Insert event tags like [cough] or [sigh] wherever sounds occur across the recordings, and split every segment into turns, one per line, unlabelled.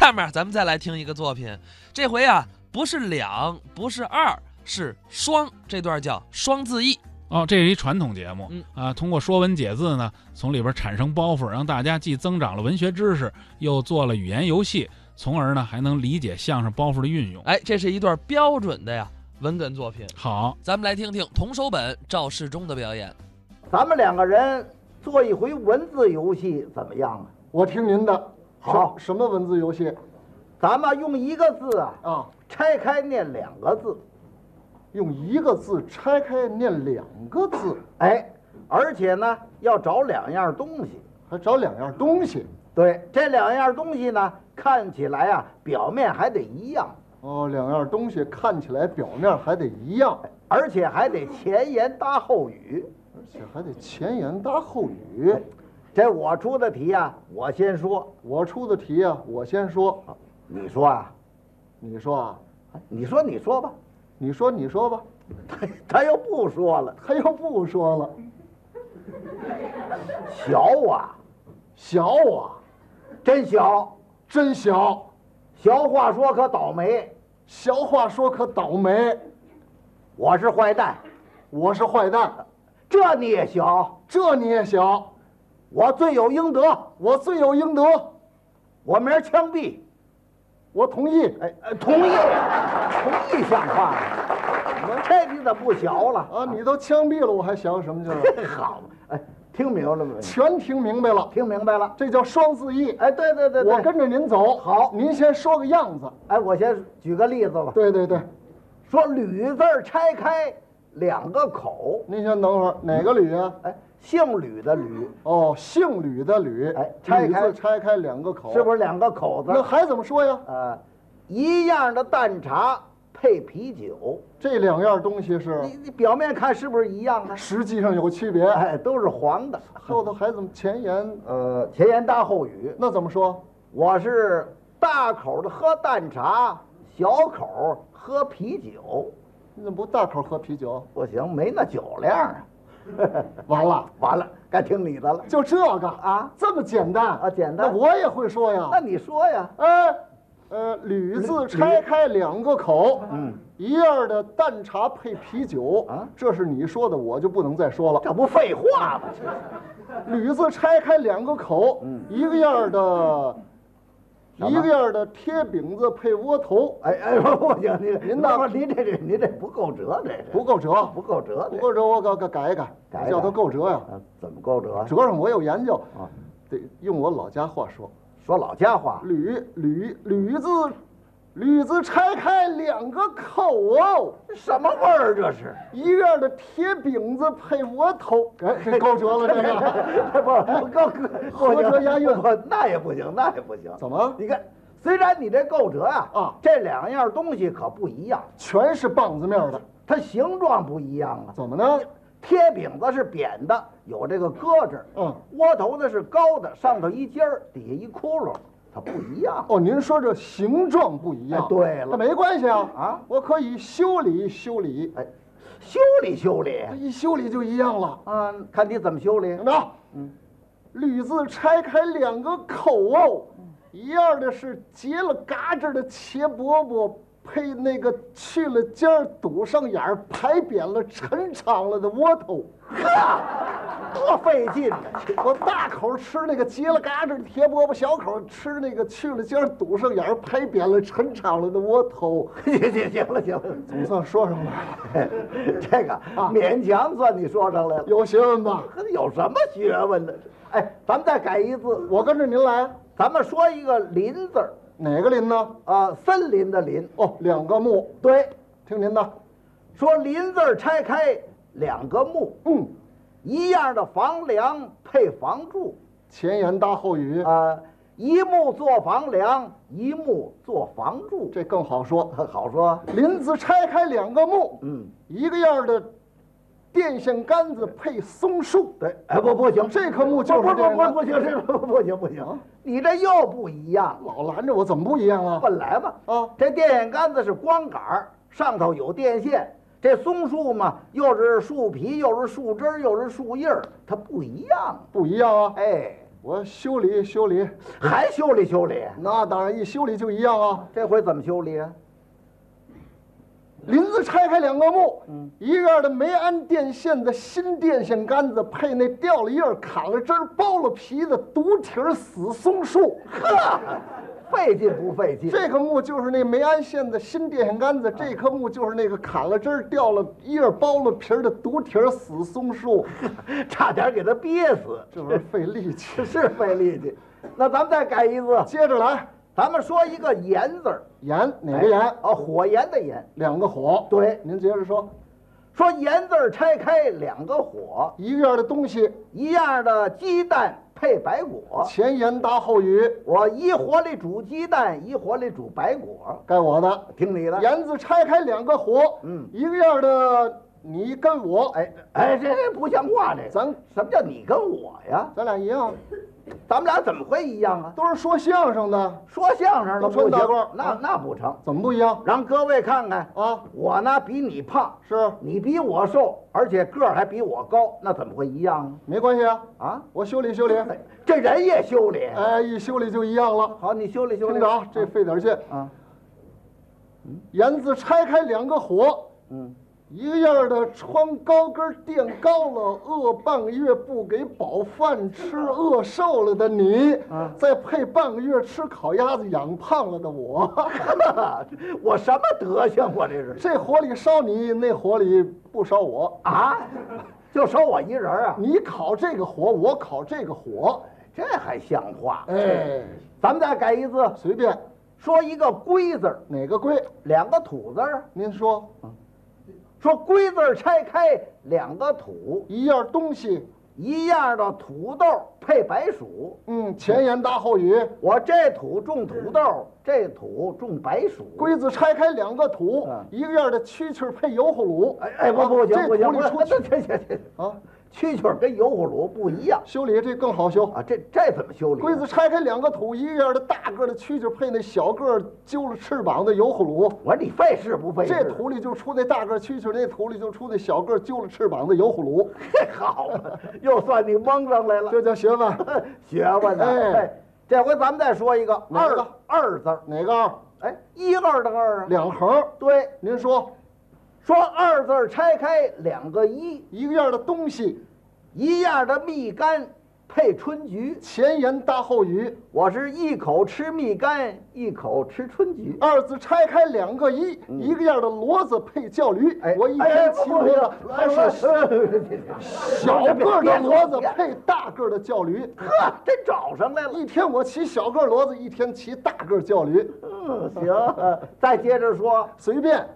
下面咱们再来听一个作品，这回啊不是两，不是二，是双，这段叫双字义。
哦，这是一传统节目
嗯
啊，通过说文解字呢，从里边产生包袱，让大家既增长了文学知识，又做了语言游戏，从而呢还能理解相声包袱的运用。
哎，这是一段标准的呀文哏作品。
好，
咱们来听听童守本赵世忠的表演。
咱们两个人做一回文字游戏怎么样啊？
我听您的。
好
什什么文字游戏
咱们用一个字啊
啊？
拆开念两个字，
用一个字拆开念两个字，
哎，而且呢要找两样东西。
还找两样东西。
对，这两样东西呢看起来啊表面还得一样，
哦，两样东西看起来表面还得一样，
而且还得前言搭后语。
而且还得前言搭后语。
这我出的题啊，我先说，
我出的题啊，我先说，
你说啊，
你说啊，
你说你说吧， [laughs]
你说你说吧，
他他又不说了，
他又不说了。
小啊，
小啊，
真小，
真小，
小话说可倒霉，
小话说可倒霉。
我是坏蛋。
我是坏蛋，
这你也行，
这你也小，
我罪有应得，
我罪有应得，
我明儿枪毙。
我同意。
哎，呃同意，同意像话吗？这你怎么不学了
啊，你都枪毙了，我还想什么去了？
[laughs] 好嘛？哎，听明白了没？
全听明白了，
听明白了。
这叫双字义。
哎，对对对对，
我跟着您走，好，您先说个样子。
哎，我先举个例子吧。
对对对，
说“吕”字儿拆开两个口，
您先等会儿，哪个吕啊？
哎，姓吕的吕，
哦，姓吕的吕，
哎拆
吕
开
字拆开两个口，
是不
是？
是两个口子？
那还怎么说呀？
呃，一样的淡茶配啤酒，
这两样东西是
你你表面看是不是一样啊？
实际上有区别，
哎，都是黄的。
后头还怎么前言？
呃，前言搭后语，
那怎么说？
我是大口的喝淡茶，小口喝啤酒，
你怎么不大口喝啤酒？
不行，没那酒量啊。 [laughs]
完了，
完了，该听你的了。
就这个
啊，
这么简单
啊简单
那我也会说呀。
那你说呀？
哎，呃，吕字拆开两个口，
嗯，
一样的淡茶配啤酒
啊
这是你说的，我就不能再说了。
这不废话吗？
吕字拆开两个口，
嗯
一个样的，
什么
一个样的贴饼子配窝头，
哎哎， [laughs] 不行，您
您
那
呢
不您这这您这不够折，这这
不够折，
不够折，
不够折，我给给改一改，
改一改
叫它够折呀。
啊？怎么够折？
折上我有研究
啊，
得用我老家话说，
说老家话，
吕吕吕字，吕字拆开两个口哦。
什么味儿这是？ [laughs]
一院的铁饼子配窝头， [laughs] 哎，够折了这个。
这不不够够
合辙押韵
不那也不行，那也不行。
怎么
你看，虽然你这够折呀，
啊
这两样东西可不一样，
全是棒子面的，
它形状不一样啊。
怎么呢？
贴饼子是扁的，有这个搁这儿；
嗯，
窝头呢是高的，上头一尖儿，底下一窟窿，它不一样。
哦，您说这形状不一样，
哎对了
那没关系啊，
啊
我可以修理修理，
哎，修理修理
这一修理就一样了。
啊，看你怎么修理
等。着，
嗯，
吕字拆开两个口哦，一样的是结了嘎吱的茄饽饽。配那个去了尖儿堵上眼儿排扁了抻长了的窝头，
呵，多费劲呢、
我大口吃那个结了嘎吱的铁饽饽，小口吃那个去了尖儿堵上眼儿拍扁了抻长了的窝头，
[laughs] 行行行了行了，
总算说上来了，
[laughs] 这个
啊
勉强算你说上来了，
有学问吧？
有有什么学问呢？哎，咱们再改一字，
我跟着您来，
咱们说一个林字儿
哪个林呢？
啊，森林的林。
哦，两个木，
对，
听您的。
说林字儿拆开两个木，
嗯，
一样的房梁配房柱
前言搭后语，
啊，一木做房梁，一木做房柱，
这更好说。
[laughs] 好说。啊
林子拆开两个木，
嗯，
一个样儿的电线杆子配松树。
对，哎不不行，
这棵木就是
不
这
不不
样
不
的。
行，这不不行不行，你这又不一样了。
老拦着我，怎么不一样啊？
本来嘛，
啊
这电线杆子是光杆儿，上头有电线。这松树嘛，又是树皮，又是树枝儿，又是树叶儿，它不一样。
不一样啊！
哎，
我修理修理，
还修理修理？
那当然一修理就一样啊。
这回怎么修理啊？
林子拆开两个木，
嗯
一院的没安电线的新电线杆子，配那掉了叶儿、砍了枝儿、剥了皮的独挺儿死松树。
呵，费劲不费劲？
这棵木就是那没安线的新电线杆子，这棵木就是那个砍了枝儿、掉了叶儿、剥了皮儿的独挺儿死松树，
[laughs] 差点给他憋死，
这玩意儿费力气。
是费力气。那咱们再改一次，
接着来，
咱们说一个“炎”字儿，
盐哪个盐？
啊，火炎的炎。
两个火。
对
您接着说，
说“炎”字儿拆开两个火，
一个院的东西
一样的鸡蛋配白果。
前言搭后语，
我一火里煮鸡蛋，一火里煮白果，
该我的。
听你的。
言字拆开两个火，
嗯
一个样的你跟我，
哎哎，这这不像话，这个
咱
什么叫你跟我呀？
咱俩一样，
咱们俩怎么会一样啊？
都是说相声的，
说相声的
都穿
不
大
行
褂儿
那
啊
那不成。
怎么不一样
让各位看看，
啊？
我呢比你胖，
是
你比我瘦，而且个儿还比我高，那怎么会一样呢？
没关系啊，
啊，
我修理修理，
这人也修理。
哎，一修理就一样了。
好，你修理修理。
听着啊，这费点劲。
啊，
言字拆开两个火，
嗯，
一个样的穿高跟垫高了，饿半个月不给饱饭吃，饿瘦了的你，
啊
再配半个月吃烤鸭子养胖了的我， [laughs]
[laughs] 我什么德行？啊我这是
这火里烧你，那火里不烧我。
啊，就收我一人儿啊，
你烤这个火，我烤这个火，
这还像话？
哎，
咱们再改一字，
随便
说一个“龟”字儿，
哪个归
两个“土”字儿。
您说，
嗯说“龟”字儿拆开两个“土”，
一样东西，
一样的土豆配白薯。
嗯，前言搭后语，
我这土种土豆，这土种白薯。
龟子拆开两个土，
嗯
一个样的蛐蛐配油葫芦，
哎哎，不不
啊
行不
这
行，
土
不
里
行 [laughs]
出
这这这这
啊，
蛐蛐儿跟油葫芦不一样
修理这更好修。
啊，这这怎么修理啊？
龟子拆开两个土，一个样的大个的蛐蛐配那小个儿揪了翅膀的油葫芦，
我说你费事不费事？
这土里就出那大个儿蛐蛐，那土里就出那小个儿揪了翅膀的油葫
[laughs]
芦，
这好嘛，又算你蒙上来了，
这叫学问。
学问呢、
哎
哎，这回咱们再说一个
哪个
二二字儿，
哪个二？
哎，一二的二啊。
两横。
对，
您说，
说二字儿拆开两个一，
一个样的东西，
一样的蜜柑配春菊。
前言搭后语，
我是一口吃蜜柑，一口吃春菊。
二字拆开两个一，
嗯
一个样的骡子配叫驴。我一
哎
天骑骡子，还是小个儿的骡子，
哎
配大个儿的叫驴。
不不不呵，真找上来了。
一天我骑小个儿骡子，一天骑大个儿叫驴，
嗯，行，再接着说，
随便。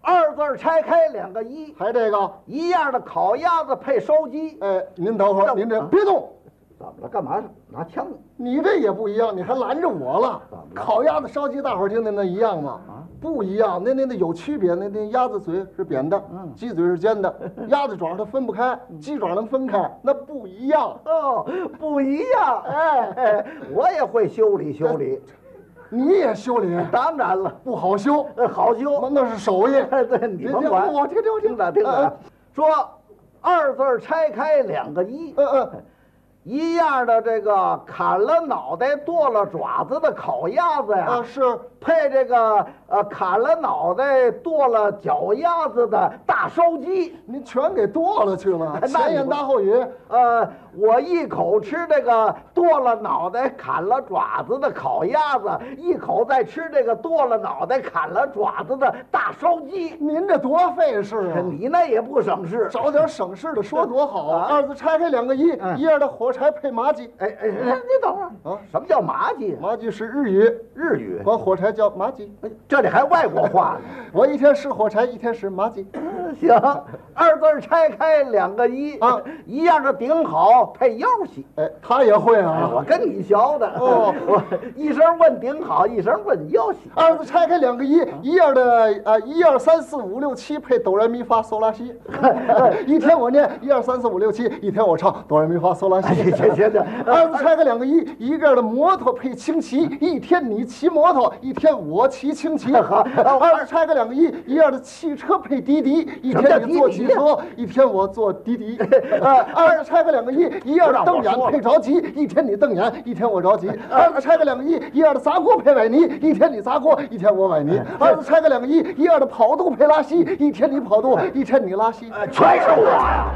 二字儿拆开两个一，
还这个，
一样的烤鸭子配烧鸡。
哎，您等会儿，您这
啊
别动，
怎么了？干嘛拿枪？
你这也不一样，你还拦着我
怎么
了。
了啊
烤鸭子烧鸡，大伙儿听的那一样吗？不一样，那那那有区别。那那鸭子嘴是扁的，
嗯
鸡嘴是
[laughs]
尖的，鸭子爪它分不开，鸡爪能分开，那不一样。
哦，不一样。哎，我也会修理修理，
你也修理，
当然了，
不好修，
呃好
那
修。
那是手艺。
哎， [laughs] 对你甭管，
我听听我呃
听着听着，说二字儿拆开两个一，
嗯嗯，
一样的这个砍了脑袋剁了爪子的烤鸭子
啊
呀，
是
配这个呃砍了脑袋剁了脚丫子的大烧鸡。
您全给剁了去了，
哎那你不
前言搭后语，
呃，我一口吃这个剁了脑袋、砍了爪子的烤鸭子，一口再吃这个剁了脑袋、砍了爪子的大烧鸡。
您这多费事啊！
哎你那也不省事。
找点省事的说多好啊！
啊
二字拆开两个一，
嗯
一样的火柴配麻吉，
哎哎，哎你等会儿
啊
什么叫麻吉？
麻吉是日语，
日语？
管火柴叫麻吉。
哎这里还外国话呢。
我一天使火柴，一天使麻吉。
嗯行，二字儿拆开两个一
啊
一样的顶好配腰细。
哎，他也会
哎
啊！
我跟你学的
哦
我一声问顶好，一声问腰细。
二字拆开两个一，一样的啊，一二三四五六七配哆来咪发嗦拉西。 [laughs] 哎一天我念一二三四五六七，一天我唱哆来咪发嗦拉
哎，
西。
[laughs]
[laughs]
行行行，
呃二字拆开两个一，一个样的摩托配轻骑，一天你骑摩托，一天我骑轻骑。好，二字拆开两个一，一样的汽车 [laughs] 啊配滴滴，一天你坐汽车，一天我坐滴滴。呃，二字拆开两个一，一样的
让
瞪
我
眼
说
配着急，一天你瞪眼，一天我着急；儿子拆个两个一，一样的砸锅配崴泥，一天你砸锅，一天我崴泥；儿子拆哎个两个一，一样的跑肚配拉稀，一天你跑肚，一天你拉稀。
呃全是我呀、